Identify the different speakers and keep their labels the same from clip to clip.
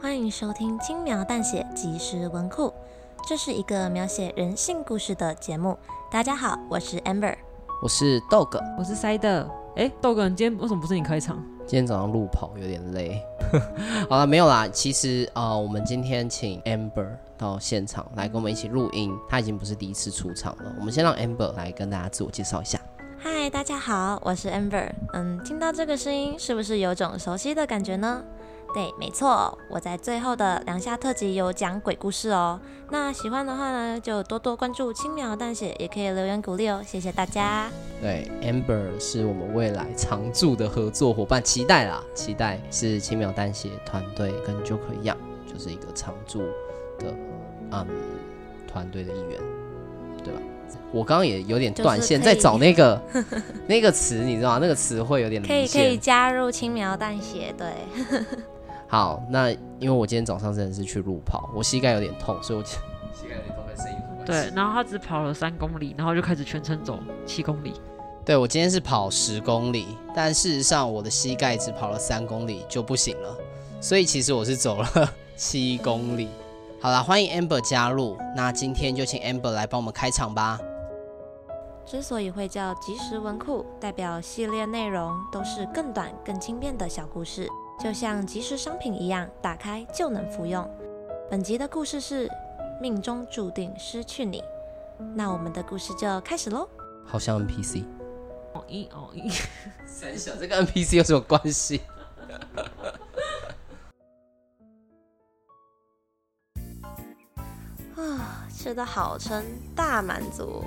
Speaker 1: 欢迎收听《轻描淡写即时文库》，这是一个描写人性故事的节目。大家好，我是 Amber。
Speaker 2: 我是 Dog，
Speaker 3: 我是塞德。哎，豆哥，你今天为什么不是你开场？
Speaker 2: 今天早上路跑有点累。 好了，没有啦。其实啊、呃我们今天请 Amber 到现场来跟我们一起录音，她已经不是第一次出场了。我们先让 Amber 来跟大家自我介绍一下。
Speaker 1: 嗨，大家好，我是 Amber。嗯，听到这个声音，是不是有种熟悉的感觉呢？对，没错，我在最后的两下特辑有讲鬼故事哦。那喜欢的话呢，就多多关注轻描淡写，也可以留言鼓励哦，谢谢大家。
Speaker 2: 对，Amber 是我们未来常驻的合作伙伴，期待啦，期待是轻描淡写团队跟 Joker 一样，就是一个常驻的嗯团队的一员，对吧？我刚刚也有点断线，
Speaker 1: 就是可以
Speaker 2: 在找那个 那个词，你知道吗？那个词汇有点
Speaker 1: 可
Speaker 2: 离
Speaker 1: 以可以
Speaker 2: 线。
Speaker 1: 加入轻描淡写，对，
Speaker 2: 好，那因为我今天早上真的是去路跑，我膝盖有点痛，所以我膝盖有点痛跟声音有关系
Speaker 3: 对，然后他只跑了三公里，然后就开始全程走七公里。
Speaker 2: 对我今天是跑十公里，但事实上我的膝盖只跑了三公里就不行了，所以其实我是走了 七公里。好啦，欢迎 Amber 加入，那今天就请 Amber 来帮我们开场吧。
Speaker 1: 之所以会叫即时文库，代表系列内容都是更短、更轻便的小故事，就像即时商品一样，打开就能服用。本集的故事是命中注定失去你，那我们的故事就开始喽。
Speaker 2: 好像 NPC，
Speaker 3: 哦一哦一，
Speaker 2: 三小这个 NPC 有什么关系？
Speaker 1: 啊，吃的好撑，大满足。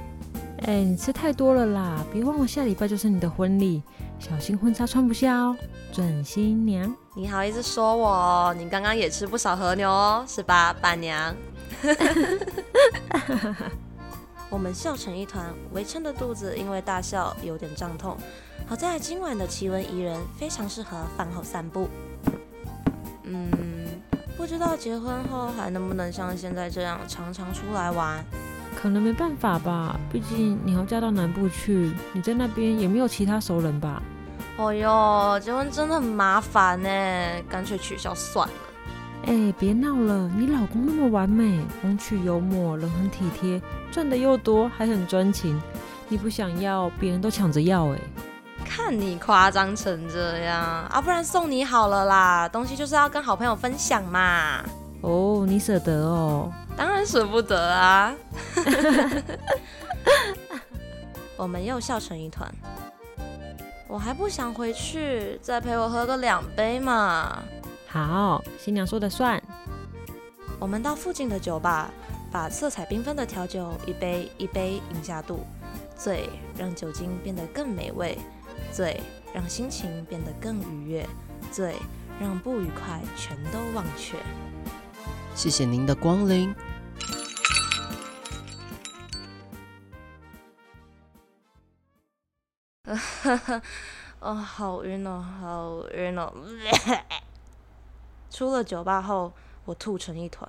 Speaker 3: 哎，你吃太多了啦！别忘了下礼拜就是你的婚礼，小心婚纱穿不下哦，准新娘。
Speaker 1: 你好意思说我哦？你刚刚也吃不少和牛哦，是吧，板 娘？我们笑成一团，围撑的肚子因为大笑有点胀痛。好在今晚的气温宜人，非常适合饭后散步。嗯，不知道结婚后还能不能像现在这样常常出来玩。
Speaker 3: 可能没办法吧，毕竟你要嫁到南部去，你在那边也没有其他熟人吧？
Speaker 1: 哦哟，结婚真的很麻烦呢，干脆取消算了。
Speaker 3: 哎，别闹了，你老公那么完美，风趣幽默，人很体贴，赚的又多，还很专情，你不想要，别人都抢着要哎。
Speaker 1: 看你夸张成这样啊，不然送你好了啦，东西就是要跟好朋友分享嘛，
Speaker 3: 哦，你舍得哦。
Speaker 1: 当然舍不得啊。我们又笑成一团。我还不想回去，再陪我喝个两杯嘛。
Speaker 3: 好，新娘说的算。
Speaker 1: 我们到附近的酒吧，把色彩缤纷的调酒一杯一杯饮下肚，醉让酒精变得更美味，醉让心情变得更愉悦，醉让不愉快全都忘却。
Speaker 2: 谢谢您的光临。
Speaker 1: 哦，好晕哦，好晕哦！ 出了酒吧后，我吐成一团。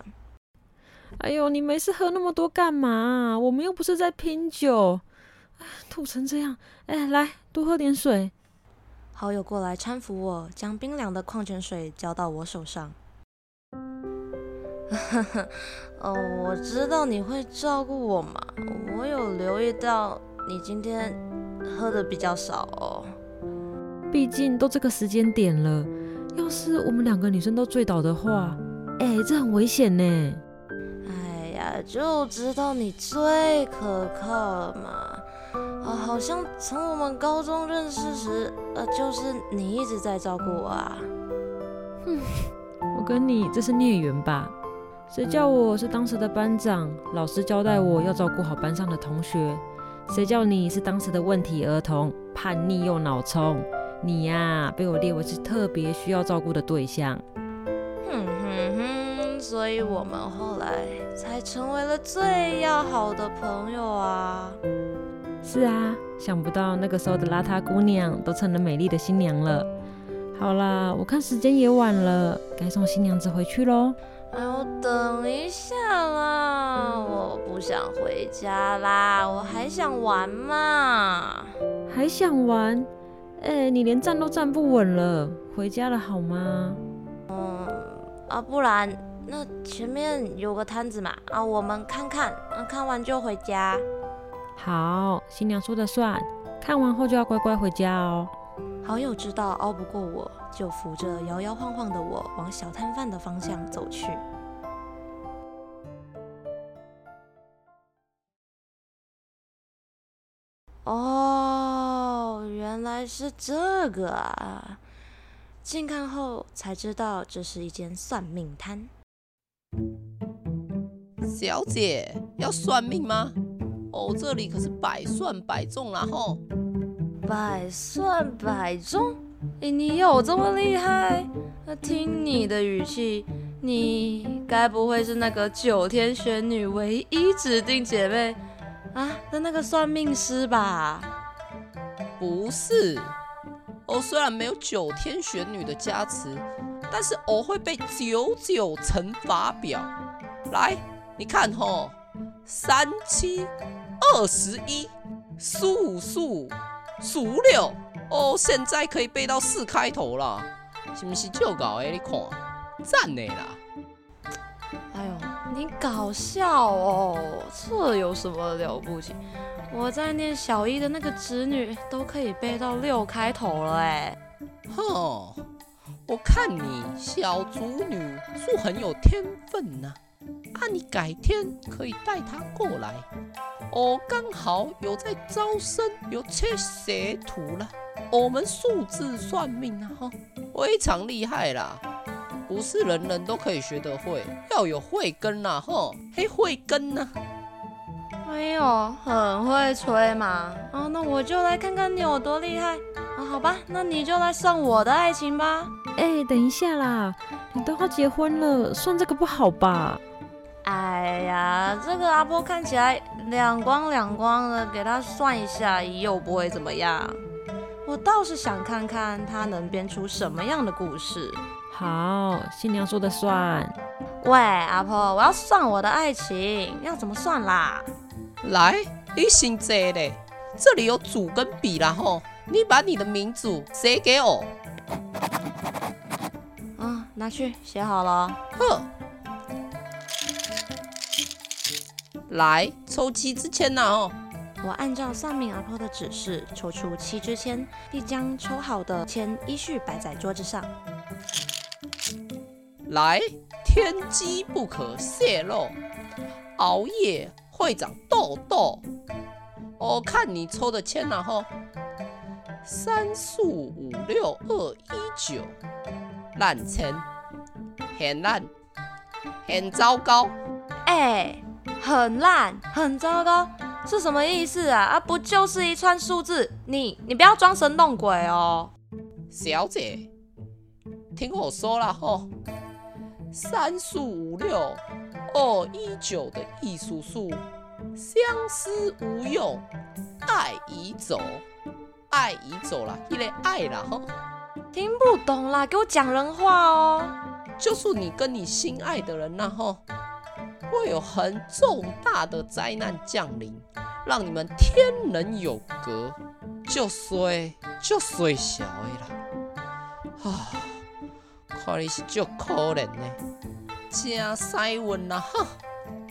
Speaker 3: 哎呦，你没事喝那么多干嘛啊、我们又不是在拼酒，哎，吐成这样，哎，来多喝点水。
Speaker 1: 好友过来搀扶我，将冰凉的矿泉水浇到我手上。 哦，我知道你会照顾我嘛，我有留意到你今天喝的比较少哦。
Speaker 3: 毕竟都这个时间点了，要是我们两个女生都醉倒的话，哎，这很危险呢。
Speaker 1: 哎呀，就知道你最可靠了嘛！啊，好像从我们高中认识时，呃，就是你一直在照顾我啊。
Speaker 3: 我跟你这是孽缘吧？谁叫我是当时的班长？老师交代我要照顾好班上的同学。谁叫你是当时的问题儿童，叛逆又脑冲？你呀、被我列为是特别需要照顾的对象。
Speaker 1: 哼嗯哼哼，所以我们后来才成为了最要好的朋友啊。
Speaker 3: 是啊，想不到那个时候的邋遢姑娘都成了美丽的新娘了。好啦，我看时间也晚了，该送新娘子回去喽。
Speaker 1: 哎呦，等一下啦，我不想回家啦，我还想玩嘛。
Speaker 3: 还想玩？哎、你连站都站不稳了，回家了好吗？
Speaker 1: 啊，不然那前面有个摊子嘛，啊，我们看看，啊，看完就回家。
Speaker 3: 好，新娘说的算，看完后就要乖乖回家哦。
Speaker 1: 好友知道拗不过我，就扶着摇摇晃晃的我往小摊贩的方向走去。哦，原来是这个啊！近看后才知道这是一间算命摊。
Speaker 2: 小姐，要算命吗？哦，这里可是百算百中啦吼！
Speaker 1: 百算百中，诶你有这么厉害？那听你的语气，你该不会是那个九天玄女唯一指定姐妹啊的那个算命师吧？
Speaker 2: 不是，哦，虽然没有九天玄女的加持，但是我会被九九乘法表。来，你看吼，三七二十一，数五数五，数六，哦，现在可以背到四开头啦，是不是就搞诶？你看，赞你啦！
Speaker 1: 哎呦，你搞笑哦，这有什么了不起？我在念小一的那个侄女都可以背到六开头了哎。
Speaker 2: 哼，哦我看你小族女是很有天分呐、啊，你改天可以带她过来，我刚好有在招生，有缺学徒了。哦我们数字算命啊，哈，非常厉害啦，不是人人都可以学得会，要有慧根呐、啊，哈，嘿，慧根啊呐、
Speaker 1: 哎呦，很会吹嘛！啊，那我就来看看你有多厉害啊！好吧，那你就来算我的爱情吧。
Speaker 3: 哎、等一下啦，你都要结婚了，算这个不好吧？
Speaker 1: 哎呀，这个阿波看起来两光两光的，给他算一下又不会怎么样。我倒是想看看他能编出什么样的故事。
Speaker 3: 好，新娘说的算。
Speaker 1: 喂，阿婆，我要算我的爱情，要怎么算啦？
Speaker 2: 来，你姓这嘞，这里有主跟笔啦，吼，你把你的名字写给我。
Speaker 1: 啊，拿去写好了。
Speaker 2: 呵，来抽七支签呐、哦，
Speaker 1: 我按照算命阿婆的指示抽出七支签，并将抽好的签依序摆在桌子上。
Speaker 2: 来，天机不可泄露，熬夜会长痘痘。我、看你抽的签呐、啊、吼，三四五六二一九，烂签，很烂，很糟糕。
Speaker 1: 哎、很烂，很糟糕，是什么意思啊？啊，不就是一串数字？你你不要装神弄鬼哦。
Speaker 2: 小姐，听我说了吼，三四五六二一九的艺术数，相思无用，爱已走，爱已走了，一类爱啦吼，
Speaker 1: 听不懂啦，给我讲人话哦。
Speaker 2: 就是你跟你心爱的人呐、吼，会有很重大的灾难降临，让你们天人有隔，就衰就衰小的啦，啊，看你是就可怜呢，真塞运呐哈，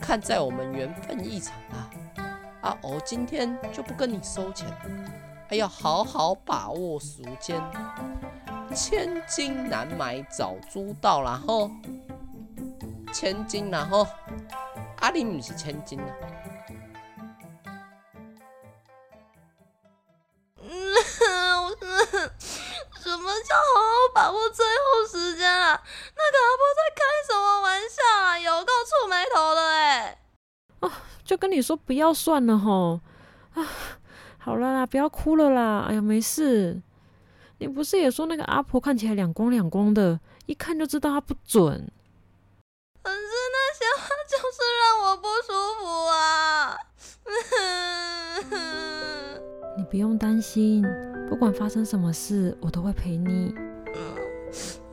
Speaker 2: 看在我们缘分一场啦，啊，我今天就不跟你收钱，哎，要好好把握时间，千金难买早知道啦吼，千金啦吼。啊，你毋是千金啊？
Speaker 1: 嗯，我是 什么叫好好把握最后时间啊？那个阿波在开什么玩笑啊？有够触眉头的哎、
Speaker 3: 就跟你说不要算了吼。啊，好了啦，不要哭了啦。哎呀，没事。你不是也说那个阿婆看起来两光两光的，一看就知道她不准？
Speaker 4: 可是那些话就是让我不舒服啊！
Speaker 3: 你不用担心，不管发生什么事，我都会陪你。
Speaker 4: 嗯，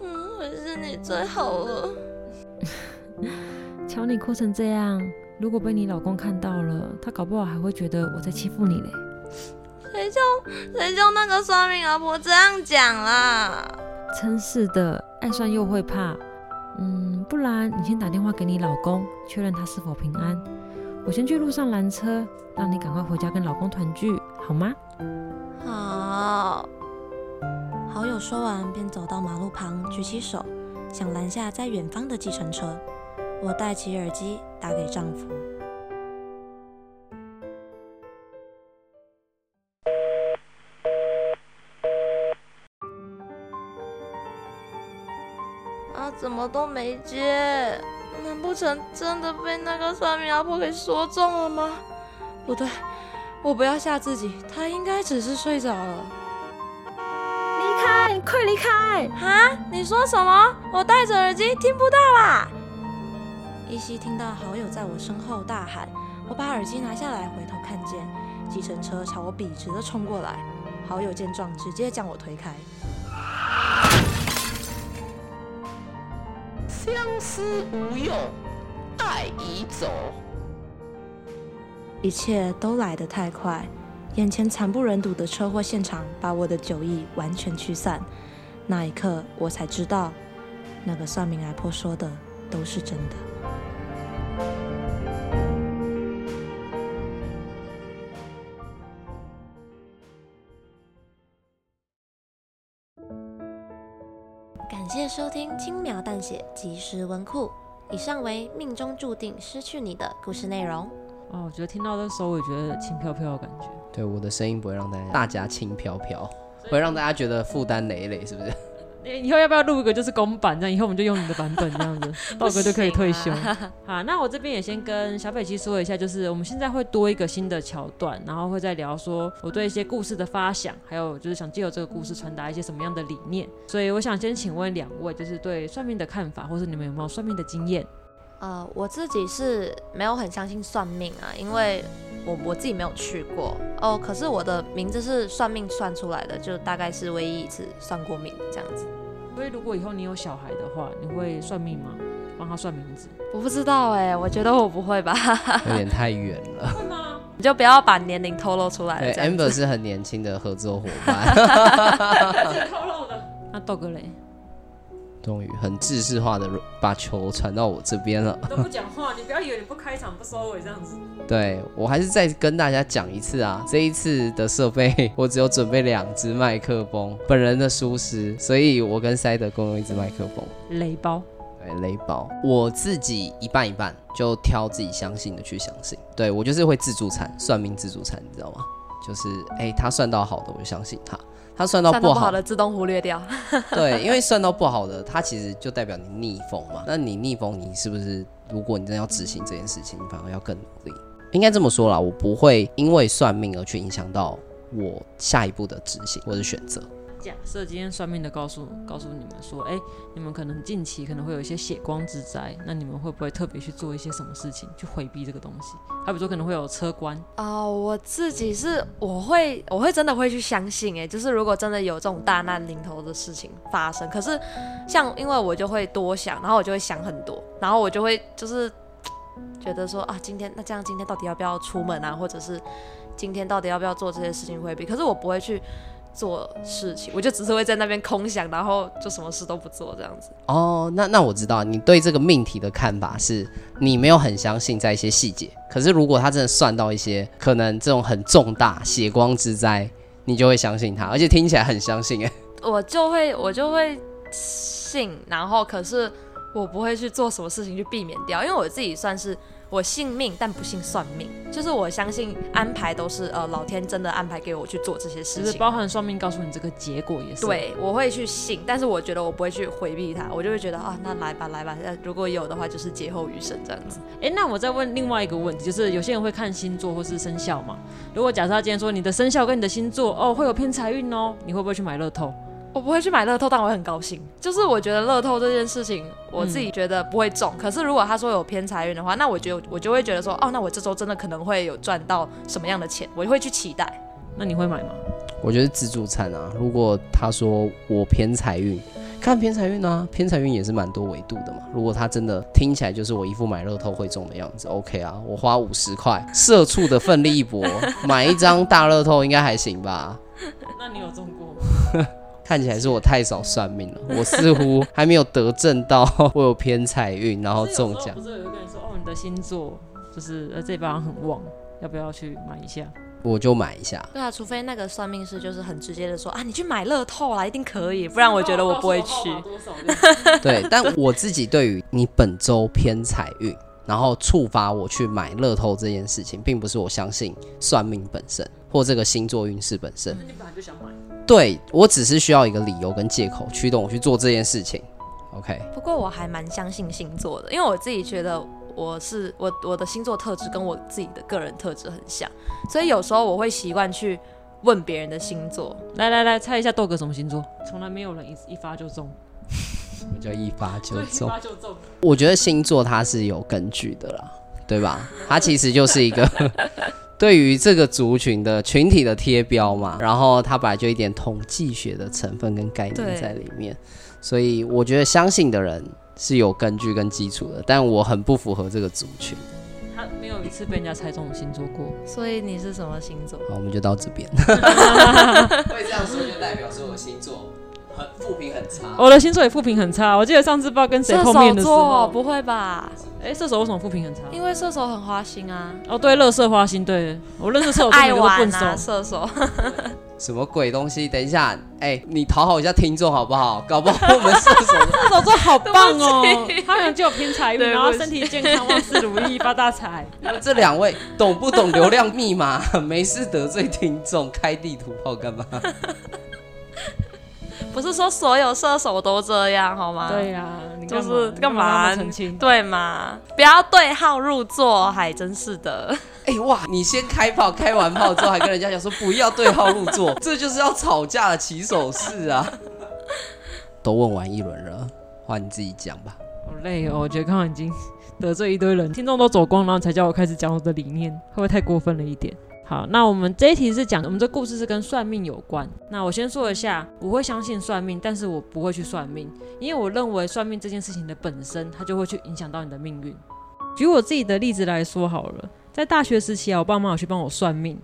Speaker 4: 我是你最好了。
Speaker 3: 瞧你哭成这样，如果被你老公看到了，他搞不好还会觉得我在欺负你嘞。
Speaker 4: 谁叫谁叫那个算命阿婆这样讲啊啦？
Speaker 3: 真是的，爱算又会怕。嗯，不然你先打电话给你老公，确认他是否平安。我先去路上拦车，让你赶快回家跟老公团聚，好吗？
Speaker 4: 好，
Speaker 1: 好友说完，便走到马路旁，举起手，想拦下在远方的计程车。我戴起耳机，打给丈夫。
Speaker 4: 啊，怎么都没接？难不成真的被那个算命阿婆给说中了吗？不对，我不要吓自己，她应该只是睡着了。
Speaker 5: 离开，快离开！
Speaker 4: 啊！你说什么？我戴着耳机听不到啦！
Speaker 1: 依稀听到好友在我身后大喊，我把耳机拿下来，回头看见计程车朝我笔直的冲过来。好友见状，直接将我推开。
Speaker 6: 相思无用，待已走。
Speaker 1: 一切都来得太快，眼前惨不忍睹的车祸现场把我的酒意完全驱散。那一刻，我才知道，那个算命阿婆说的都是真的。感谢收听轻描淡写即时文库。以上为命中注定失去你的故事内容。
Speaker 3: 哦，我觉得听到这首，我觉得轻飘飘的感觉。
Speaker 2: 对，我的声音不会让大家大家轻飘飘，不会让大家觉得负担累累，是 不是？
Speaker 3: 你以后要不要录一个就是公版这样？以后我们就用你的版本这样 子，道哥就可以退休。 好，那我这边也先跟小北七说一下，就是我们现在会多一个新的桥段，然后会再聊说我对一些故事的发想，还有就是想借由这个故事传达一些什么样的理念。所以我想先请问两位，就是对算命的看法，或是你们有没有算命的经验？
Speaker 4: 呃，我自己是没有很相信算命啊，因为我我自己没有去过哦。可是我的名字是算命算出来的，就大概是唯一一次算过命这样子。
Speaker 3: 所以如果以后你有小孩的话，你会算命 吗？帮他算名字？
Speaker 4: 我不知道哎、我觉得我不会吧，
Speaker 2: 有点太远了。
Speaker 4: 你就不要把年龄透露出来了
Speaker 2: 对
Speaker 4: 这样子。
Speaker 2: 哎，Amber 是很年轻的合作伙伴，
Speaker 3: 那豆哥 嘞？
Speaker 2: 终于很制式化的把球传到我这边了。
Speaker 3: 都不讲话，你不要以为你不开场不收尾这样子。
Speaker 2: 对我还是再跟大家讲一次啊，这一次的设备 我只有准备两只麦克风，本人的舒适，所以我跟塞德共用一只麦克风。
Speaker 3: 雷包。
Speaker 2: 对，雷包，我自己一半一半，就挑自己相信的去相信。对我就是会自助餐，算命自助餐，你知道吗？就是哎、他算到好的我就相信他，他算到
Speaker 4: 算
Speaker 2: 不
Speaker 4: 到不
Speaker 2: 好
Speaker 4: 好的自动忽略掉。
Speaker 2: 对，因为算到不好的，它其实就代表你逆风嘛。那你逆风，你是不是如果你真的要执行这件事情，你反而要更努力？应该这么说啦，我不会因为算命而去影响到我下一步的执行或者选择。
Speaker 3: 假设今天算命的告诉告诉你们说，哎、你们可能近期可能会有一些血光之灾，那你们会不会特别去做一些什么事情去回避这个东西？还比如说可能会有车关，
Speaker 4: 哦，我自己是我会我会真的会去相信哎、就是如果真的有这种大难临头的事情发生，可是像因为我就会多想，然后我就会想很多，然后我就会就是觉得说啊，今天那这样今天到底要不要出门啊，或者是今天到底要不要做这些事情回避，可是我不会去做事情，我就只是会在那边空想，然后就什么事都不做这样子。
Speaker 2: 哦，那那我知道你对这个命题的看法是，你没有很相信在一些细节，可是如果他真的算到一些可能这种很重大血光之灾，你就会相信他，而且听起来很相信哎、
Speaker 4: 我就会我就会信，然后可是我不会去做什么事情去避免掉，因为我自己算是我信命，但不信算命，就是我相信安排都是呃老天真的安排给我去做这些
Speaker 3: 就
Speaker 4: 事
Speaker 3: 是
Speaker 4: 情。
Speaker 3: 包含算命告诉你这个结果也是。，
Speaker 4: 对，我会去信，但是我觉得我不会去回避它，我就会觉得啊，那来吧，来吧，呃如果有的话，就是劫后余生这样子。
Speaker 3: 哎、那我再问另外一个问题，就是有些人会看星座或是生肖嘛？如果假设他今天说你的生肖跟你的星座哦会有偏财运哦，你会不会去买乐透？
Speaker 4: 我不会去买乐透，但我会很高兴。就是我觉得乐透这件事情，我自己觉得不会中。可是如果他说有偏财运的话，那我觉得我就会觉得说，哦，那我这周真的可能会有赚到什么样的钱，我会去期待。
Speaker 3: 那你会买吗？
Speaker 2: 我觉得自助餐啊，如果他说我偏财运，看偏财运啊，偏财运也是蛮多维度的嘛。如果他真的听起来就是我一副买乐透会中的样子，OK 啊，我花五十块，社畜的奋力一搏， 买一张大乐透应该还行吧。
Speaker 3: 那你有中过吗？
Speaker 2: 看起来是我太少算命了，我似乎还没有得证到 我有偏财运，然后中奖
Speaker 3: 不。是有一个人说哦，你的星座就是呃这把很旺，要不要去买一下？
Speaker 2: 我就买一下。
Speaker 7: 对啊，除非那个算命师就是很直接的说啊，
Speaker 4: 啊，你去买乐透啦，一定可以。不然我觉 得我不会去。
Speaker 2: 对，但我自己对于你本周偏财运，然后触发我去买乐透这件事情，并不是我相信算命本身或这个星座运势本身。
Speaker 3: 你本来就想买，
Speaker 2: 对我只是需要一个理由跟借口驱动我去做这件事情。OK，
Speaker 4: 不过我还蛮相信星座的，因为我自己觉得我是我我的星座特质跟我自己的个人特质很像，所以有时候我会习惯去问别人的星座。
Speaker 3: 来来来，猜一下豆哥什么星座？从来没有人一一发就中，
Speaker 2: 我就一发就
Speaker 3: 对，一
Speaker 2: 中。
Speaker 3: 发就中。
Speaker 2: 我觉得星座它是有根据的啦，对吧？它其实就是一个 对于这个族群的群体的贴标嘛，然后它本来就有一点统计学的成分跟概念
Speaker 4: 对
Speaker 2: 在里面，所以我觉得相信的人是有根据跟基础的，但我很不符合这个族群。
Speaker 3: 他没有一次被人家猜中我星座过。
Speaker 4: 所以你是什么星座？
Speaker 2: 好，我们就到这边。会这样说就代表说我星座很负评很差
Speaker 3: 我的星座也负评很差，我记得上次不知道跟谁
Speaker 4: 射
Speaker 3: 碰面
Speaker 4: 手
Speaker 3: 的时
Speaker 4: 座
Speaker 3: 候，
Speaker 4: 不会吧？
Speaker 3: 哎，射手为什么负评很差？
Speaker 4: 因为射手很花心啊，
Speaker 3: 哦，对，乐色花心，对我认识射手座每
Speaker 4: 爱
Speaker 3: 个都
Speaker 4: 玩
Speaker 3: 笨
Speaker 4: 啊，
Speaker 3: 手，
Speaker 4: 射手。
Speaker 2: 什么鬼东西？等一下，哎、你讨好一下听众好不好？搞不好我们射手
Speaker 3: 射手座好棒哦
Speaker 4: 对不，起
Speaker 3: 他们就有偏财运，
Speaker 4: 对不起
Speaker 3: 然后身体健康，万事如意，发大 财。
Speaker 2: 这两位懂不懂流量密码？ 没事得罪听众，开地图炮干嘛？
Speaker 4: 不是说所有射手都这样好吗？
Speaker 3: 对呀，你干
Speaker 4: 啊就
Speaker 3: 嘛
Speaker 4: 是
Speaker 3: 你
Speaker 4: 干嘛
Speaker 3: 要澄清？
Speaker 4: 对嘛？不要对号入座，还真是的。
Speaker 2: 哎、哇，你先开炮，开完炮之后还跟人家讲说不要对号入座， 这就是要吵架的起手式啊！ 都问完一轮了，换你自己讲吧。
Speaker 3: 好累哦，我觉得刚刚已经得罪一堆人，听众都走光，然后才叫我开始讲我的理念，会不会太过分了一点？好，那我们这一题是讲我们这故事是跟算命有关。那我先说一下，我会相信算命，但是我不会去算命，因为我认为算命这件事情的本身，它就会去影响到你的命运。举我自己的例子来说好了，在大学时期啊，我爸妈有去帮我算命，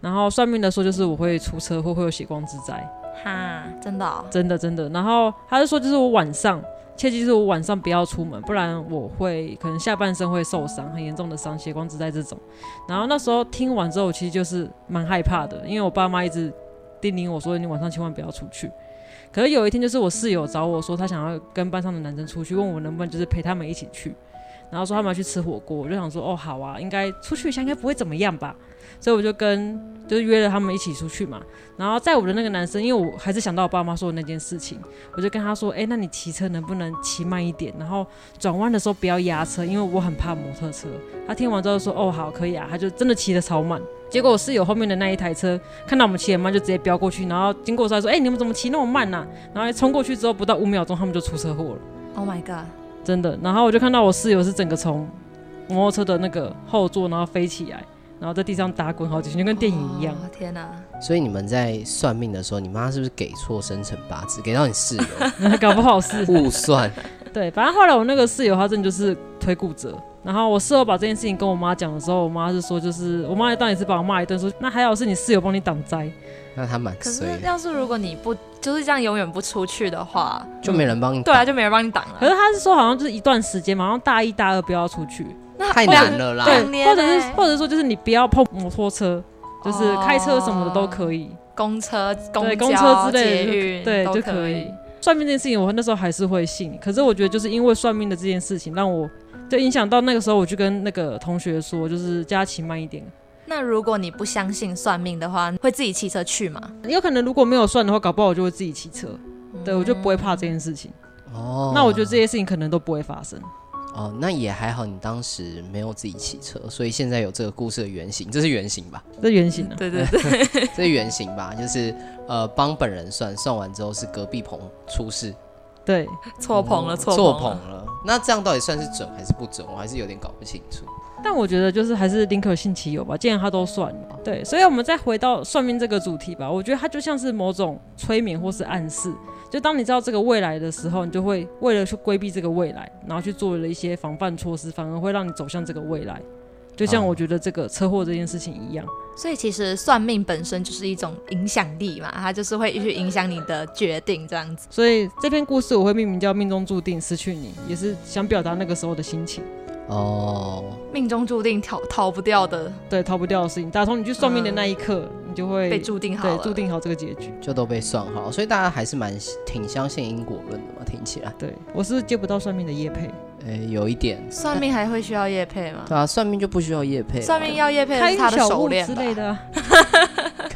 Speaker 3: 然后算命的说就是我会出车祸，会有血光之灾，
Speaker 4: 哈，真的、哦。
Speaker 3: 真的真的。然后他就说，就是我晚上，切记就是我晚上不要出门，不然我会可能下半身会受伤，很严重的伤，血光之灾这种。然后那时候听完之后，我其实就是蛮害怕的，因为我爸妈一直叮咛我说，你晚上千万不要出去。可是有一天，就是我室友找我说，他想要跟班上的男生出去，问我能不能就是陪他们一起去，然后说他们要去吃火锅，我就想说，哦，好啊，应该出去一下，应该不会怎么样吧，所以我就跟就是约了他们一起出去嘛。然后在我的那个男生，因为我还是想到我爸妈说的那件事情，我就跟他说：“哎、那你骑车能不能骑慢一点？然后转弯的时候不要压车，因为我很怕摩托车。”他听完之后说：“哦，好，可以啊。”他就真的骑得超慢。结果我室友后面的那一台车看到我们骑得慢，就直接飙过去，然后经过的时候还说：“哎、你们怎么骑那么慢呐、然后冲过去之后，不到五秒钟，他们就出车祸了。
Speaker 4: Oh my god！
Speaker 3: 真的。然后我就看到我室友是整个从摩托车的那个后座，然后飞起来，然后在地上打滚好几圈，就跟电影一样。
Speaker 4: 哦、天哪！
Speaker 2: 所以你们在算命的时候，你妈是不是给错生辰八字，给到你室友
Speaker 3: 搞不好是
Speaker 2: 误 算？
Speaker 3: 对，反正后来我那个室友他真的就是腿骨折，然后我事后把这件事情跟我妈讲的时候，我妈是说就是我妈当然也是把我骂一顿，说那还好是你室友帮你挡灾，
Speaker 2: 那他蛮
Speaker 4: 可
Speaker 2: 衰
Speaker 4: 是
Speaker 2: 的，
Speaker 4: 要是如果你不就是这样永远不出去的话，
Speaker 2: 就
Speaker 3: 嗯
Speaker 2: 没人帮你
Speaker 4: 对啊，
Speaker 2: 打，
Speaker 4: 就没人帮你挡
Speaker 3: 可
Speaker 4: 了。
Speaker 3: 是她是说好像就是一段时间嘛，好像大一大二不要出去，
Speaker 4: 那
Speaker 2: 太难了啦。
Speaker 3: 对
Speaker 4: 两，年
Speaker 3: 或者是
Speaker 4: 欸
Speaker 3: 或者说就是你不要碰摩托车， 就是
Speaker 4: 哦
Speaker 3: 开车什么的都可以，
Speaker 4: 公车、
Speaker 3: 对，
Speaker 4: 公
Speaker 3: 公
Speaker 4: 交
Speaker 3: 车之类
Speaker 4: 捷
Speaker 3: 的
Speaker 4: 运
Speaker 3: 对
Speaker 4: 都
Speaker 3: 就
Speaker 4: 可
Speaker 3: 以。。算命这件事情，我那时候还是会信，可是我觉得就是因为算命的这件事情，让我就影响到那个时候，我就跟那个同学说，就是佳琪慢一点，
Speaker 4: 那如果你不相信算命的话，会自己骑车去吗？
Speaker 3: 有可能如果没有算的话，搞不好我就会自己骑车，对我就不会怕这件事情。
Speaker 2: 哦
Speaker 3: 那我觉得这些事情可能都不会发生。
Speaker 2: 哦，那也还好，你当时没有自己骑车，所以现在有这个故事的原型，这是原型吧？
Speaker 3: 这原
Speaker 4: 嗯
Speaker 3: 型啊，
Speaker 8: 对对对，
Speaker 2: 这是原型吧？就是呃，帮本人算算完之后是隔壁棚出事，
Speaker 3: 对，
Speaker 8: 错棚了，
Speaker 2: 哎错
Speaker 8: 错
Speaker 2: 棚
Speaker 8: 棚了。
Speaker 2: 了。那这样到底算是准还是不准？我还是有点搞不清楚。
Speaker 3: 但我觉得就是还是宁可信其有吧，既然他都算了，对，所以我们再回到算命这个主题吧，我觉得它就像是某种催眠或是暗示，就当你知道这个未来的时候，你就会为了去规避这个未来，然后去做了一些防范措施，反而会让你走向这个未来。就像
Speaker 2: 哦
Speaker 3: 我觉得这个车祸这件事情一样，
Speaker 4: 所以其实算命本身就是一种影响力嘛，它就是会去影响你的决定这样子。
Speaker 3: 所以这篇故事我会命名叫“命中注定失去你”，也是想表达那个时候的心情。
Speaker 2: 哦，
Speaker 4: 命中注定逃逃不掉的
Speaker 3: 对，逃不掉的事情。打从你去算命的那一刻，你就会
Speaker 4: 被注定好
Speaker 3: 对
Speaker 4: 了，
Speaker 3: 注定好这个结局。
Speaker 2: 就都被算好，所以大家还是蛮挺相信因果论的嘛，听起来，
Speaker 3: 对我是接不到算命的叶配，
Speaker 2: 呃，有一点。
Speaker 4: 算命还会需要业配吗？
Speaker 2: 对啊，算命就不需要业配了，
Speaker 4: 算命要业配的
Speaker 3: 开
Speaker 4: 是他的
Speaker 3: 小
Speaker 4: 手
Speaker 3: 物
Speaker 4: 链
Speaker 3: 之
Speaker 4: 吧
Speaker 3: 类的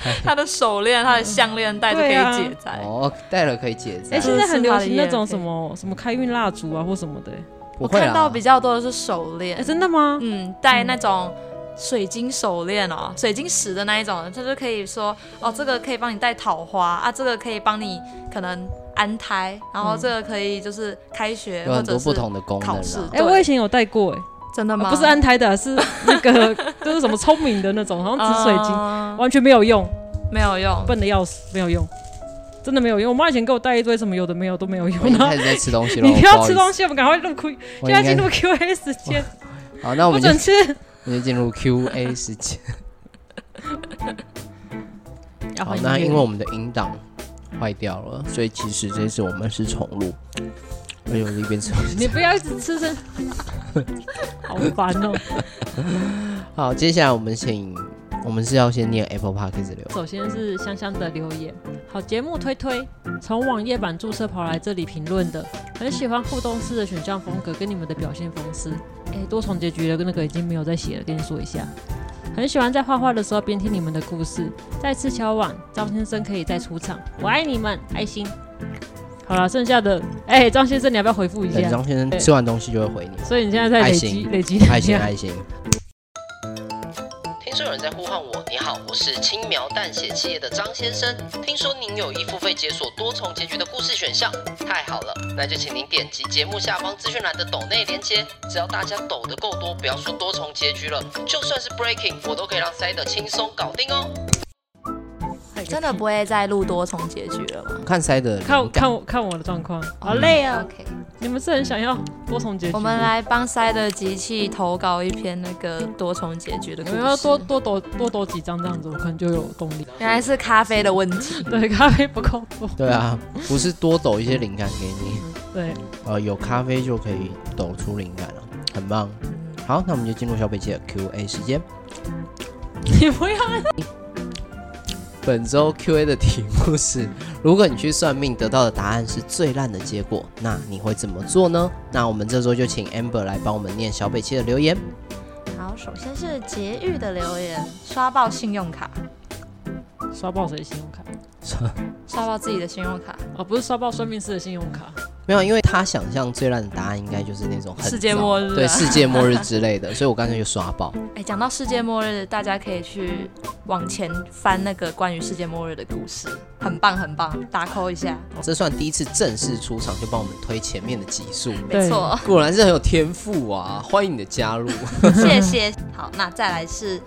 Speaker 3: 啊、
Speaker 8: 他的手链、他的项链带就可
Speaker 3: 对啊
Speaker 8: 以解摘。
Speaker 2: 哦，带了可以解
Speaker 3: 哎、
Speaker 2: 灾。
Speaker 3: 现在很流行那种
Speaker 4: 是
Speaker 3: 什
Speaker 4: 他的业配
Speaker 3: 么什么开运蜡烛啊，或什么的、
Speaker 2: 不
Speaker 4: 我
Speaker 2: 会啊
Speaker 4: 看到比
Speaker 2: 较
Speaker 4: 较多的是手
Speaker 3: 哎、
Speaker 4: 链，
Speaker 3: 真的吗？
Speaker 8: 嗯，戴那种水晶手链哦，水晶石的那一种，它就可以说哦，这个可以帮你戴桃花啊，这个可以帮你可能安胎，然后这个可以就是开学、
Speaker 2: 有
Speaker 8: 或
Speaker 2: 很
Speaker 8: 者
Speaker 2: 多
Speaker 8: 是
Speaker 2: 不同的功能
Speaker 8: 考试
Speaker 2: 啊。
Speaker 3: 哎、
Speaker 8: 对哦
Speaker 3: 我以前有戴过、哎、
Speaker 4: 真的
Speaker 3: 啊
Speaker 4: 吗？
Speaker 3: 不是安胎的，是那 个就是什么聪明的那种，好像紫水晶，
Speaker 4: 哦
Speaker 8: 嗯
Speaker 3: 完全没有用，
Speaker 8: 没有用，
Speaker 3: 笨的要死，没有用，真的没有用。我妈以前给我带一堆什么有的没有都没有
Speaker 2: 我已
Speaker 3: 用
Speaker 2: 经
Speaker 3: 的。
Speaker 2: 开始在吃东西了，
Speaker 3: 你不要吃东
Speaker 2: 西，
Speaker 3: 西，我们赶快录 Q，
Speaker 2: 我
Speaker 3: 现在
Speaker 2: 应该
Speaker 3: 进入 Q A 时间，
Speaker 2: 好，那我
Speaker 3: 不
Speaker 2: 们就
Speaker 3: 准吃。
Speaker 2: 我们就进入 Q A 时间。好，那因为我们的音档坏掉了，所以其实这次我们是重录。哎呦，一边吃东西
Speaker 3: 你不要一直吃生，好烦哦、
Speaker 2: 好，接下来我们请，我们是要先念 Apple Park 之流。
Speaker 3: 首先是香香的留言，好节目推推，从网页版注册跑来这里评论的，很喜欢互动式的选项风格跟你们的表现方式。诶，多重结局的那个已经没有再写了，跟你说一下。很喜欢在画画的时候边听你们的故事，再次敲碗，张先生可以再出场，我爱你们，爱心。好了，剩下的，诶，张先生你要不要回复一
Speaker 2: 等
Speaker 3: 下？
Speaker 2: 哎张先生
Speaker 3: 对
Speaker 2: 吃完东西就会回你。
Speaker 3: 所以你现在在累
Speaker 2: 爱
Speaker 3: 积
Speaker 2: 心
Speaker 3: 累积
Speaker 2: 爱
Speaker 3: 能
Speaker 2: 心
Speaker 3: 量。
Speaker 2: 爱心。听说有人在呼唤我，你好，我是轻描淡写企业的张先生。听说您有意付费解锁多重结局的故事选项，太好了，那就请您点击节目下方资讯栏的抖内连接。只要大家抖得够多，不要说多重结局了，就算是 breaking，我都可以让塞德轻松搞定哦。
Speaker 4: 真的不会再录多重结局了吗
Speaker 2: 看塞德，
Speaker 3: 看我看我看我的状况，好累。
Speaker 4: 累啊！OK，
Speaker 3: 你们是很想要多重结局吗？
Speaker 8: 我们来帮塞的机器投稿一篇那个多重结局的故
Speaker 3: 我要
Speaker 8: 事。
Speaker 3: 多多抖多抖几张这样子，我可能就有动力。
Speaker 4: 原来是咖啡的问题。
Speaker 3: 对，咖啡不够
Speaker 2: 嗯
Speaker 3: 多。嗯
Speaker 2: 对啊，不是多抖一些灵感给你，
Speaker 3: 对，
Speaker 2: 呃，有咖啡就可以抖出灵感了，很棒。好，那我们就进入小北姐的 Q&A 时间。
Speaker 3: 你不要
Speaker 2: 本周 Q&A 的题目是：如果你去算命得到的答案是最烂的结果，那你会怎么做呢？那我们这周就请 Amber 来帮我们念小北七的留言。
Speaker 4: 好，首先是节育的留言，刷爆信用卡，
Speaker 3: 刷爆谁的信用卡？
Speaker 4: 刷爆自己的信用卡，
Speaker 3: 哦，不是刷爆算命师的信用卡。
Speaker 2: 没有，因为他想象最烂的答案应该就是那种很
Speaker 8: 世界末日啊
Speaker 2: 对世界末日之类的，所以我刚才就刷 爆。
Speaker 8: 哎，讲到世界末日，大家可以去往前翻那个关于世界末日的故事，很棒很棒，打 call 一下。
Speaker 2: 这算第一次正式出场就帮我们推前面的集数，
Speaker 4: 没错。
Speaker 2: 果然是很有天赋啊！欢迎你的加入。
Speaker 4: 谢谢。嗯好，那再来是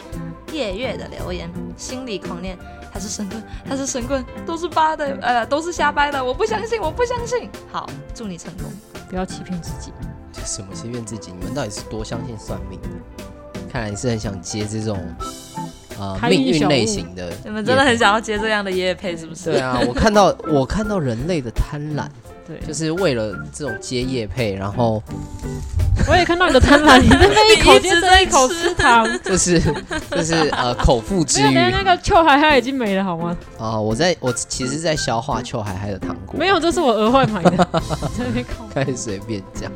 Speaker 4: 夜月的留言，心里狂念他是神棍，他是神棍，都是八的，呃，都是瞎掰的，我不相信，我不相信。好，祝你成功。
Speaker 3: 不要欺骗自己。
Speaker 2: 这 什么欺骗自己？你们到底是多相信算命的？看来你是很想接这种呃
Speaker 3: 开运
Speaker 2: 命运
Speaker 3: 小
Speaker 2: 类
Speaker 3: 物
Speaker 2: 型的业配。
Speaker 8: 你们真的很想要接这样的夜配是不是？
Speaker 2: 对啊，我看到我看到人类的贪婪，
Speaker 3: 对，
Speaker 2: 就是为了这种接业配，然后
Speaker 3: 我也看到你的贪婪， 你在那一口接着一口吃糖。
Speaker 2: 就是就是呃口腹之
Speaker 3: 没有，
Speaker 2: 欲
Speaker 3: 等一下那
Speaker 2: 啊、
Speaker 3: 个秋海海已经没了好吗？
Speaker 2: 我在我其实，在消化邱海海的糖果，
Speaker 3: 没有，这是我额外 买的。在那边靠
Speaker 2: 开始随便讲。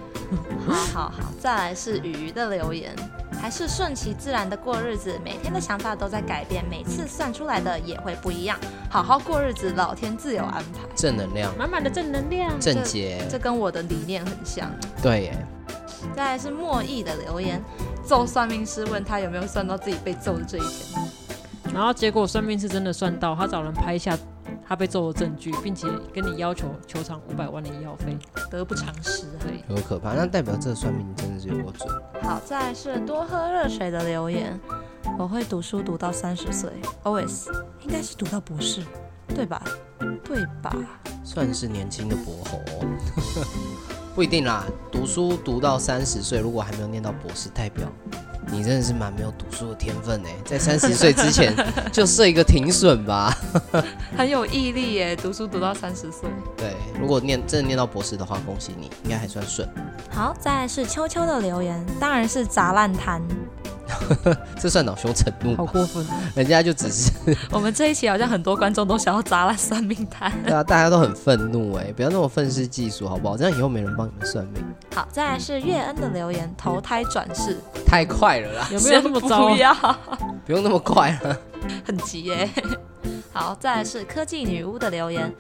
Speaker 4: 好好好，再来是鱼的留言，还是顺其自然的过日子，每天的想法都在改变，每次算出来的也会不一样。好好过日子，老天自有安排。
Speaker 2: 正能量，
Speaker 3: 满满的正能量。
Speaker 2: 正解，
Speaker 4: 这跟我的理念很像。
Speaker 2: 对耶，
Speaker 4: 再来是莫易的留言，揍算命师问他有没有算到自己被揍的这一天。
Speaker 3: 然后结果算命是真的算到，他找人拍下他被揍的证据，并且跟你要求求偿五百万的医药费。
Speaker 4: 得不偿失啊。
Speaker 3: 对，
Speaker 2: 有可怕，那代表这个算命真的是有够准。
Speaker 4: 好，再来是多喝热水的留言。我会读书读到三十岁，always 应该是读到博士，对吧？对吧？
Speaker 2: 算是年轻的博猴 哦、不一定啦。读书读到三十岁，如果还没有念到博士，代表你真的是蛮没有读书的天分哎，在三十岁之 前就设一个停损吧。
Speaker 4: 很有毅力耶，读书读到三十岁。
Speaker 2: 对，如果念真的念到博士的话，恭喜你，应该还算顺。
Speaker 1: 好，再来是秋秋的留言，
Speaker 4: 当然是砸烂摊。
Speaker 2: 这算恼羞成怒
Speaker 3: 好
Speaker 2: 吧？
Speaker 3: 过分。啊
Speaker 2: 人家就只是
Speaker 4: 我们这一期好像很多观众都想要砸烂算命摊。
Speaker 2: 对啊，大家都很愤怒哎，不要那么愤世嫉俗好不好？这样以后没人帮你们算命，
Speaker 4: 好，再来是月恩的留言，投胎转世
Speaker 2: 太快了啦，
Speaker 3: 嗯有没有这么糟
Speaker 4: 不？要，
Speaker 2: 不用那么快了。
Speaker 4: 很急耶。好，再来是科技女巫的留言，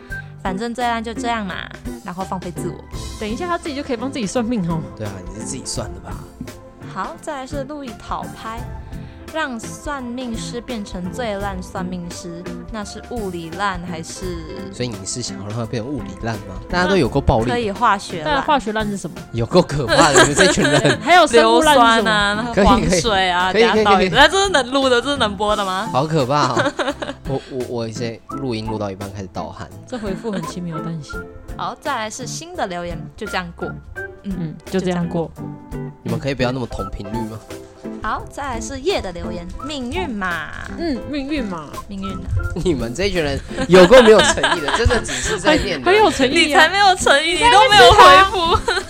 Speaker 4: 反正最烂就这样嘛，然后放飞自我。
Speaker 3: 等一下他自己就可以帮自己算命哦。
Speaker 2: 对啊，你是自己算的吧？
Speaker 4: 好，再来是路易讨拍，让算命师变成最烂算命师，那是物理烂还是
Speaker 2: 所以你是想要让它变成物理烂吗？大家都有够暴
Speaker 4: 可
Speaker 2: 力，
Speaker 4: 以化学
Speaker 3: 但
Speaker 4: 烂？
Speaker 3: 啊化学烂是什么？
Speaker 2: 有够可怕的，你们这群 人。
Speaker 3: 还有生
Speaker 4: 硫
Speaker 3: 物烂是什
Speaker 4: 酸
Speaker 3: 么？
Speaker 4: 啊，然后
Speaker 2: 可以
Speaker 4: 黄
Speaker 2: 可以
Speaker 4: 水啊，
Speaker 2: 可以
Speaker 4: 等下
Speaker 2: 可以
Speaker 4: 到
Speaker 2: 可以
Speaker 4: 底，那这是能录的，这是能播的吗？
Speaker 2: 好可怕、哦！我我我以前录音录到一半开始盗汗，
Speaker 3: 这回复很轻描淡写。
Speaker 4: 好，再来是新的留言，就这样过。
Speaker 3: 嗯，就这样过。
Speaker 2: 你们可以不要那么同频率吗？
Speaker 4: 好，再来是夜的留言，命运嘛，
Speaker 3: 嗯，命运嘛，
Speaker 4: 命运啊，
Speaker 2: 你们这群人有够没有诚意的，真的只是在念
Speaker 4: 哎
Speaker 3: 很有诚
Speaker 4: 你
Speaker 3: 意啊。
Speaker 4: 才没有诚意，你都没有回复，啊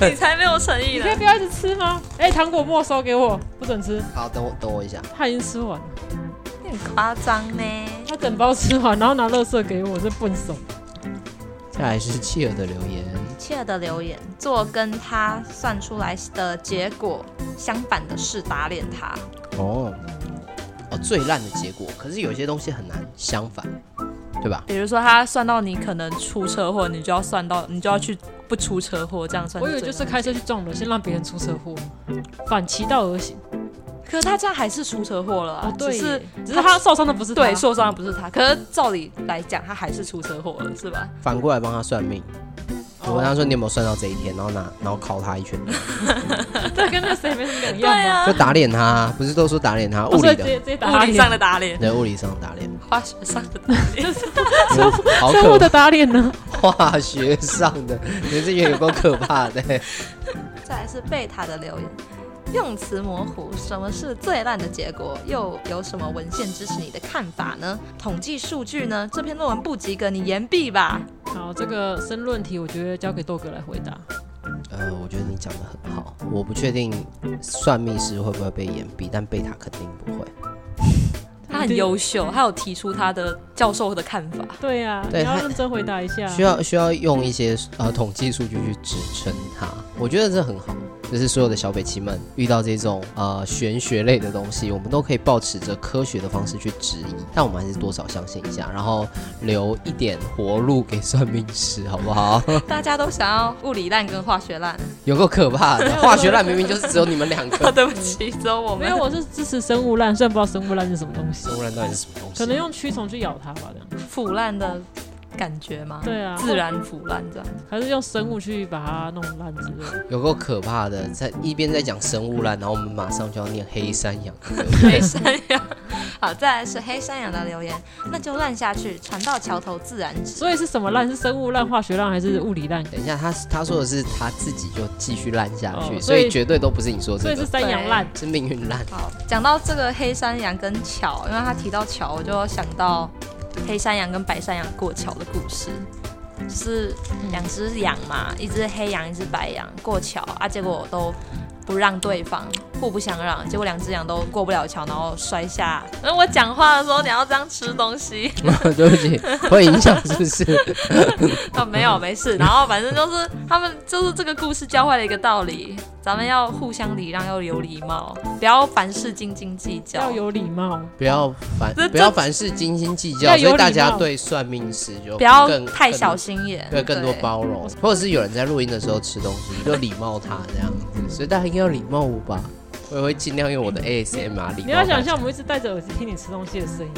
Speaker 4: 你才没有诚意
Speaker 3: 你
Speaker 4: 呢
Speaker 3: 可以。不要一直吃吗？哎、糖果没收给我，不准吃。
Speaker 2: 好，等我等我一下，
Speaker 3: 他已经吃完了，
Speaker 4: 你很夸张呢。
Speaker 3: 他整包吃完，然后拿垃圾给我，这笨手。
Speaker 2: 下来是契儿的留言，
Speaker 4: 切尔的留言，做跟他算出来的结果相反的事，打脸他。
Speaker 2: 哦哦，最烂的结果，可是有些东西很难相反，对吧？
Speaker 3: 嗯
Speaker 4: 比如说，他算到你可能出车祸，你就要算到，你就要去不出车祸，这样算。
Speaker 3: 我以为就是，开车去撞人，先让别人出车祸，反其道而行。
Speaker 4: 可是他这样还是出车祸了啊，
Speaker 3: 哦，对
Speaker 4: 只
Speaker 3: 耶，
Speaker 4: 是
Speaker 3: 只是他受伤的不是他
Speaker 4: 对，受伤的不是他，可是照理来讲，他还是出车祸了，是吧？
Speaker 2: 反过来帮他算命，我
Speaker 3: 哦
Speaker 2: 跟他说你有没有算到这一天，然后拿然后敲他一拳，
Speaker 3: 这跟那谁没什么两
Speaker 4: 对
Speaker 3: 样嘛。
Speaker 4: 啊
Speaker 2: 就，打脸他， 不是都说打脸他
Speaker 3: 哦
Speaker 2: 物
Speaker 3: 所以
Speaker 2: 理
Speaker 3: 直
Speaker 2: 的，
Speaker 3: 接直接打
Speaker 4: 物
Speaker 3: 他
Speaker 4: 理上
Speaker 3: 脸，
Speaker 4: 的打脸，
Speaker 2: 对物理上的打 脸，
Speaker 4: 化学上的打脸，
Speaker 2: 好
Speaker 3: 生
Speaker 2: 可
Speaker 3: 物
Speaker 2: 怕
Speaker 3: 的打脸呢？
Speaker 2: 化学上的，你们这群人有够可怕的、
Speaker 4: 再来是贝塔的留言，用词模糊，什么是最烂的结果？又有什么文献支持你的看法呢？统计数据呢？这篇论文不及格，你言毕吧。
Speaker 3: 好，这个申论题我觉得交给豆哥来回答。
Speaker 2: 呃，我觉得你讲的很好，我不确定算命师会不会被掩蔽，但贝塔肯定不会。
Speaker 4: 他很优秀，他有提出他的教授的看法。
Speaker 3: 对啊呀、
Speaker 2: 对
Speaker 3: 你要
Speaker 2: 他
Speaker 3: 认真回答一下。
Speaker 2: 需要需要用一些呃统计数据去支撑它，我觉得这很好。就是所有的小北齐们遇到这种呃玄学类的东西，我们都可以保持着科学的方式去质疑，但我们还是多少相信一下，然后留一点活路给算命师，好不好？
Speaker 4: 大家都想要物理烂跟化学烂，
Speaker 2: 有够可怕的，化学烂明明就是只有你们两个，
Speaker 4: 对不起，只有我
Speaker 3: 没
Speaker 4: 们
Speaker 3: 有，。我是支持生物烂，虽然不知道生物烂是什么东西，
Speaker 2: 生物烂到底是什么东西？
Speaker 3: 可能用蛆虫去咬它吧，这样。
Speaker 4: 腐烂的感觉吗？
Speaker 3: 对啊，
Speaker 4: 自然腐烂 这样。
Speaker 3: 还是用生物去把它弄烂之类的。
Speaker 2: 有够可怕的，在一边在讲生物啦，然后我们马上就要念黑山羊，
Speaker 4: 黑山羊，好，再来是黑山羊的留言，那就烂下去，船到桥头自然直。
Speaker 3: 所以是什么烂？是生物烂、化学烂还是物理烂？
Speaker 2: 等一下，他他说的是他自己就继续烂下去，所
Speaker 3: 哦所以
Speaker 2: 以绝对都不是你说
Speaker 3: 所
Speaker 2: 这
Speaker 3: 以是
Speaker 2: 个，
Speaker 3: 三羊烂。
Speaker 2: 是命运 烂。
Speaker 4: 好，讲到这个黑山羊跟桥，因为他提到桥，我就想到黑山羊跟白山羊过桥的故事，就是两只羊嘛，一只黑羊，一只白羊过桥啊，结果都。不让对方，互不相让，结果两只羊都过不了桥，然后摔下。然后我讲话的时候你要这样吃东西，
Speaker 2: 对不 起，会影响是不是？
Speaker 4: 哦，没有没事。然后反正就是他们就是这个故事教会了一个道理，咱们要互相礼让，要有礼貌，不要凡事斤斤计较。
Speaker 3: 要有礼貌，
Speaker 2: 不要凡
Speaker 4: 这
Speaker 2: 不要凡事斤斤计较，
Speaker 3: 要有
Speaker 2: 所以大
Speaker 3: 礼
Speaker 2: 家
Speaker 3: 貌
Speaker 2: 对算命师就
Speaker 4: 不要
Speaker 2: 更
Speaker 4: 太小
Speaker 2: 更
Speaker 4: 心眼，
Speaker 2: 对更多包容，或者是有人在录音的时候吃东西，就礼貌他这样子， 所以大家应该要礼貌我吧。我也会尽量用我的 ASMR 礼貌。
Speaker 3: 嗯你要想象我们一直戴着耳机听你吃东西 的声音。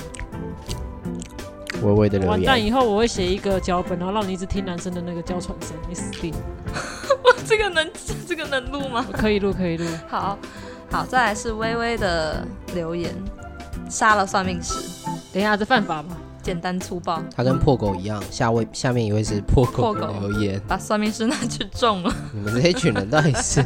Speaker 2: 微微的留
Speaker 3: 完蛋，
Speaker 2: 言，
Speaker 3: 以后我会写一个脚本，然后让你一直听男生的那个娇喘声，你死定！
Speaker 4: 这个能这个能录吗？
Speaker 3: 可以录，可以录。
Speaker 4: 好好，再来是微微的留言，杀了算命师，
Speaker 3: 等一下，这犯法吗？
Speaker 4: 简单粗暴，
Speaker 2: 他跟破狗一样，下位下面一位是破狗的
Speaker 4: 破狗
Speaker 2: 留言，
Speaker 4: 把算命师拿去 种了。
Speaker 2: 你们这一群人到底 是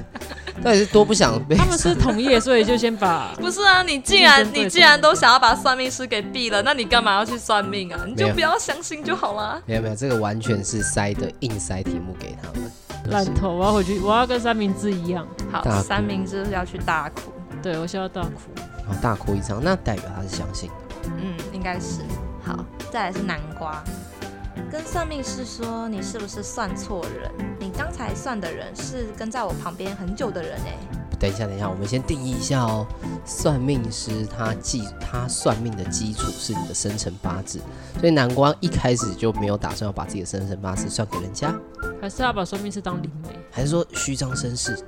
Speaker 2: 到底是多不想被
Speaker 3: 他们是同业，所以就先把
Speaker 4: 不是啊，你既
Speaker 3: 竞
Speaker 4: 然
Speaker 3: 争对手
Speaker 4: 你既然都想要把算命师给毙了，那你干嘛要去算命啊？你就
Speaker 2: 没有
Speaker 4: 不要相信就好啦。
Speaker 2: 没有没有，这个完全是塞的硬塞题目给他们。
Speaker 3: 烂头，我要回去，我要跟三明治一样。
Speaker 4: 好
Speaker 2: 大，哭
Speaker 4: 三明治要去大哭，
Speaker 3: 对我笑到大哭。
Speaker 2: 然后大哭一场，那代表他是相信的。
Speaker 4: 嗯，应该是。好，再来是南瓜，跟算命师说你是不是算错人？你刚才算的人是跟在我旁边很久的人哎、
Speaker 2: 等一下，等一下，我们先定义一下哦。算命师他记他算命的基础是你的生辰八字，所以南瓜一开始就没有打算要把自己的生辰八字算给人家，
Speaker 3: 还是要把算命师当灵媒，
Speaker 2: 还是说虚张声势？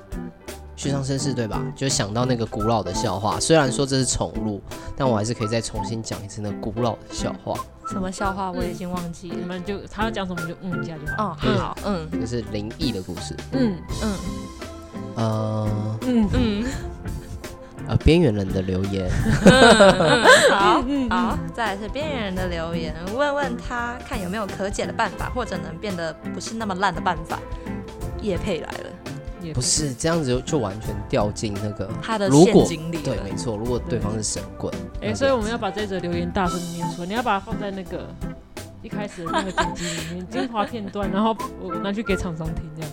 Speaker 2: 虚张声势对吧？就想到那个古老的笑话，虽然说这是重录，但我还是可以再重新讲一次那个古老的笑话，
Speaker 4: 什么笑话我已经忘记
Speaker 3: 你
Speaker 4: 了。
Speaker 3: 们就他要讲什么就嗯一下就好。
Speaker 4: 哦，好，嗯
Speaker 2: 就是灵异的故事。
Speaker 3: 嗯
Speaker 4: 嗯
Speaker 2: 呃
Speaker 3: 嗯
Speaker 4: 嗯
Speaker 2: 呃，边缘人的留言，
Speaker 4: 嗯， 好
Speaker 3: 嗯嗯，
Speaker 4: 好，再来是边缘人的留言，问问他看有没有可解的办法，或者能变得不是那么烂的办法。叶佩来了，
Speaker 3: 也
Speaker 2: 不是这样子就就完全掉进那个
Speaker 4: 他的
Speaker 2: 如
Speaker 4: 呃陷
Speaker 2: 果
Speaker 4: 阱里嗯
Speaker 2: 对，
Speaker 4: 了
Speaker 2: 没。错，如果对方是神棍，
Speaker 3: 哎、
Speaker 2: 那
Speaker 3: 所以
Speaker 2: 就
Speaker 3: 我们要把这则留言大声念出来，你要把它放在那个一开始的那个剪辑里面精华片段，然后我拿去给厂商听这样。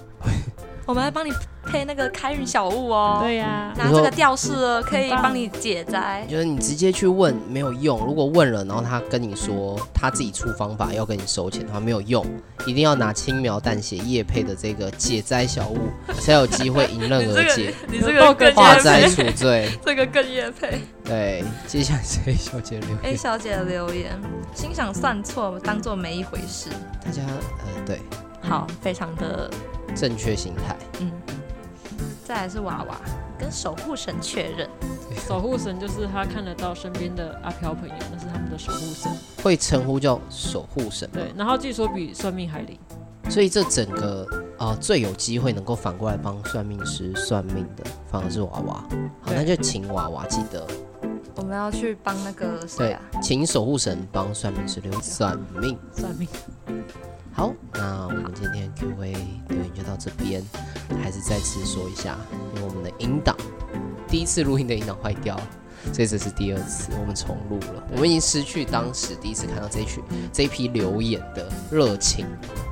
Speaker 4: 我们还帮你配那个开运小物哦，
Speaker 3: 对呀、
Speaker 4: 拿这个吊饰哦，可以
Speaker 3: 很棒
Speaker 4: 帮你解灾。
Speaker 2: 就是你直接去问没有用，如果问了，然后他跟你说他自己出方法要跟你收钱的话，没有用，一定要拿轻描淡写叶配的这个解灾小物，才有机会迎刃
Speaker 4: 你这
Speaker 2: 而
Speaker 4: 个
Speaker 2: 解，
Speaker 4: 你这
Speaker 3: 报 个
Speaker 4: 个更
Speaker 2: 化
Speaker 4: 叶
Speaker 2: 灾
Speaker 4: 配，
Speaker 2: 除罪。
Speaker 4: 这个更叶配。
Speaker 2: 对，接下来这位小姐留
Speaker 4: A
Speaker 2: 言，
Speaker 4: 小姐的留言，欣赏算错当做没一回事，
Speaker 2: 大家呃对
Speaker 4: 好，非常的
Speaker 2: 正确心态，
Speaker 4: 嗯。再来是娃娃跟守护神确认，
Speaker 3: 守护神就是他看得到身边的阿飘朋友，那是他们的守护神。
Speaker 2: 会称呼叫守护神吗
Speaker 3: 对，然后据说比算命还灵。
Speaker 2: 所以这整个呃最有机会能够反过来帮算命师算命的，反而是娃娃。好，
Speaker 3: 对
Speaker 2: 那就请娃娃记得，
Speaker 4: 我们要去帮那个谁
Speaker 2: 对
Speaker 4: 啊？，
Speaker 2: 请守护神帮算命师留算命。
Speaker 3: 算命，
Speaker 2: 好，那我们今天的 Q&A 留言就到这边，还是再次说一下，因为我们的音档第一次录音的音档坏掉了。所以这是第二次，我们重录了。我们已经失去当时第一次看到这一群这一批留言的热情。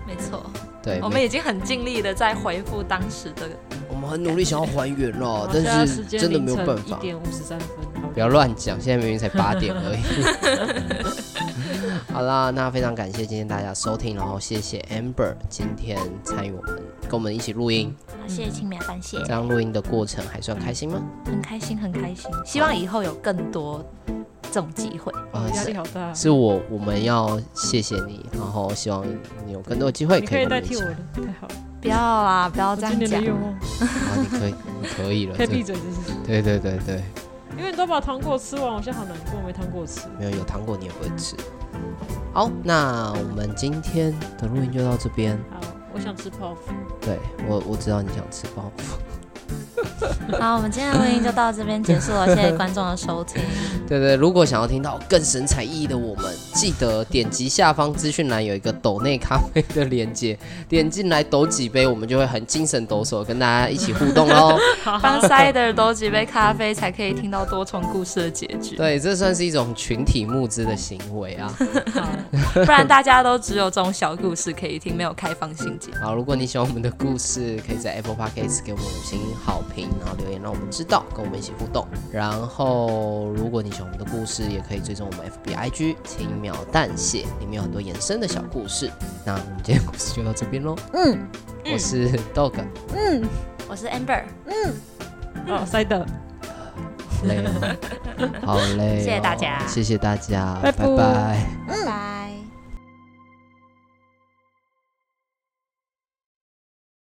Speaker 4: 没错，
Speaker 2: 对，
Speaker 4: 我们已经很尽力的在回复当时的
Speaker 2: 我们很努力想要还原了，
Speaker 3: 然后现在
Speaker 2: 但
Speaker 3: 时
Speaker 2: 是
Speaker 3: 间
Speaker 2: 真的没有办
Speaker 3: 一
Speaker 2: 法。
Speaker 3: 点五十三分，好
Speaker 2: 不要乱讲，现在明明才八点 而已。好啦，那非常感谢今天大家收听，然后谢谢 Amber 今天参与我们跟我们一起录
Speaker 3: 嗯
Speaker 2: 音，
Speaker 4: 好，谢谢青苗番谢
Speaker 2: 这样录音的过程还算开心吗？
Speaker 4: 很开心，很开心，希望以后有更多这种机会。
Speaker 2: 啊、
Speaker 3: 嗯压力
Speaker 2: 是
Speaker 3: 好大。
Speaker 2: 是我我们要谢谢你，然后希望你有更多的机会
Speaker 3: 你
Speaker 2: 可
Speaker 3: 可
Speaker 2: 以
Speaker 3: 以
Speaker 2: 跟我
Speaker 3: 代
Speaker 2: 们一
Speaker 3: 替
Speaker 2: 起
Speaker 3: 我。的，太好了，
Speaker 4: 不要啦，不要
Speaker 3: 我
Speaker 4: 这
Speaker 3: 今
Speaker 4: 样
Speaker 3: 年
Speaker 4: 讲
Speaker 3: 的。愿望。
Speaker 2: 啊，你可以，你可以 了。
Speaker 3: 可以闭
Speaker 2: 这
Speaker 3: 嘴，真是，
Speaker 2: 对对对对，
Speaker 3: 因为你都把糖果吃完，我现在好难过，没糖果吃。
Speaker 2: 没有有糖果你也不会吃。好，那我们今天的录音就到这边。
Speaker 3: 好，我想吃泡芙。
Speaker 2: 对我我知道你想吃包袱。
Speaker 4: 好，我们今天的录音就到这边结束了，谢谢观众的收听。
Speaker 2: 对对，如果想要听到更神采奕奕的我们，记得点击下方资讯栏有一个抖内咖啡的链接，点进来抖几杯，我们就会很精神抖擞，跟大家一起互动 喽。
Speaker 4: 帮 Cider 多几杯咖啡，才可以听到多重故事的结局，
Speaker 2: 对，这算是一种群体募资的行为啊。
Speaker 3: 好，
Speaker 4: 不然大家都只有这种小故事可以听，没有开放性节目。
Speaker 2: 好，如果你喜欢我们的故事，可以在 Apple Podcast 给我们五星好评，然后后留言让我们知道，跟我们一起互动。然后，如果你喜欢我们的故事，也可以追踪我们 FB IG 轻描淡写，里面有很多衍生的小故事。那我们今天故事就到这边喽。
Speaker 9: 嗯
Speaker 2: 我是 Dog，
Speaker 9: 嗯，
Speaker 1: 我是 Amber，
Speaker 3: 哦，塞德，
Speaker 2: 累了，好累、哦
Speaker 1: 谢谢大家
Speaker 2: 谢谢大家，
Speaker 3: 拜
Speaker 2: 拜
Speaker 3: 拜
Speaker 2: 拜
Speaker 1: 拜拜。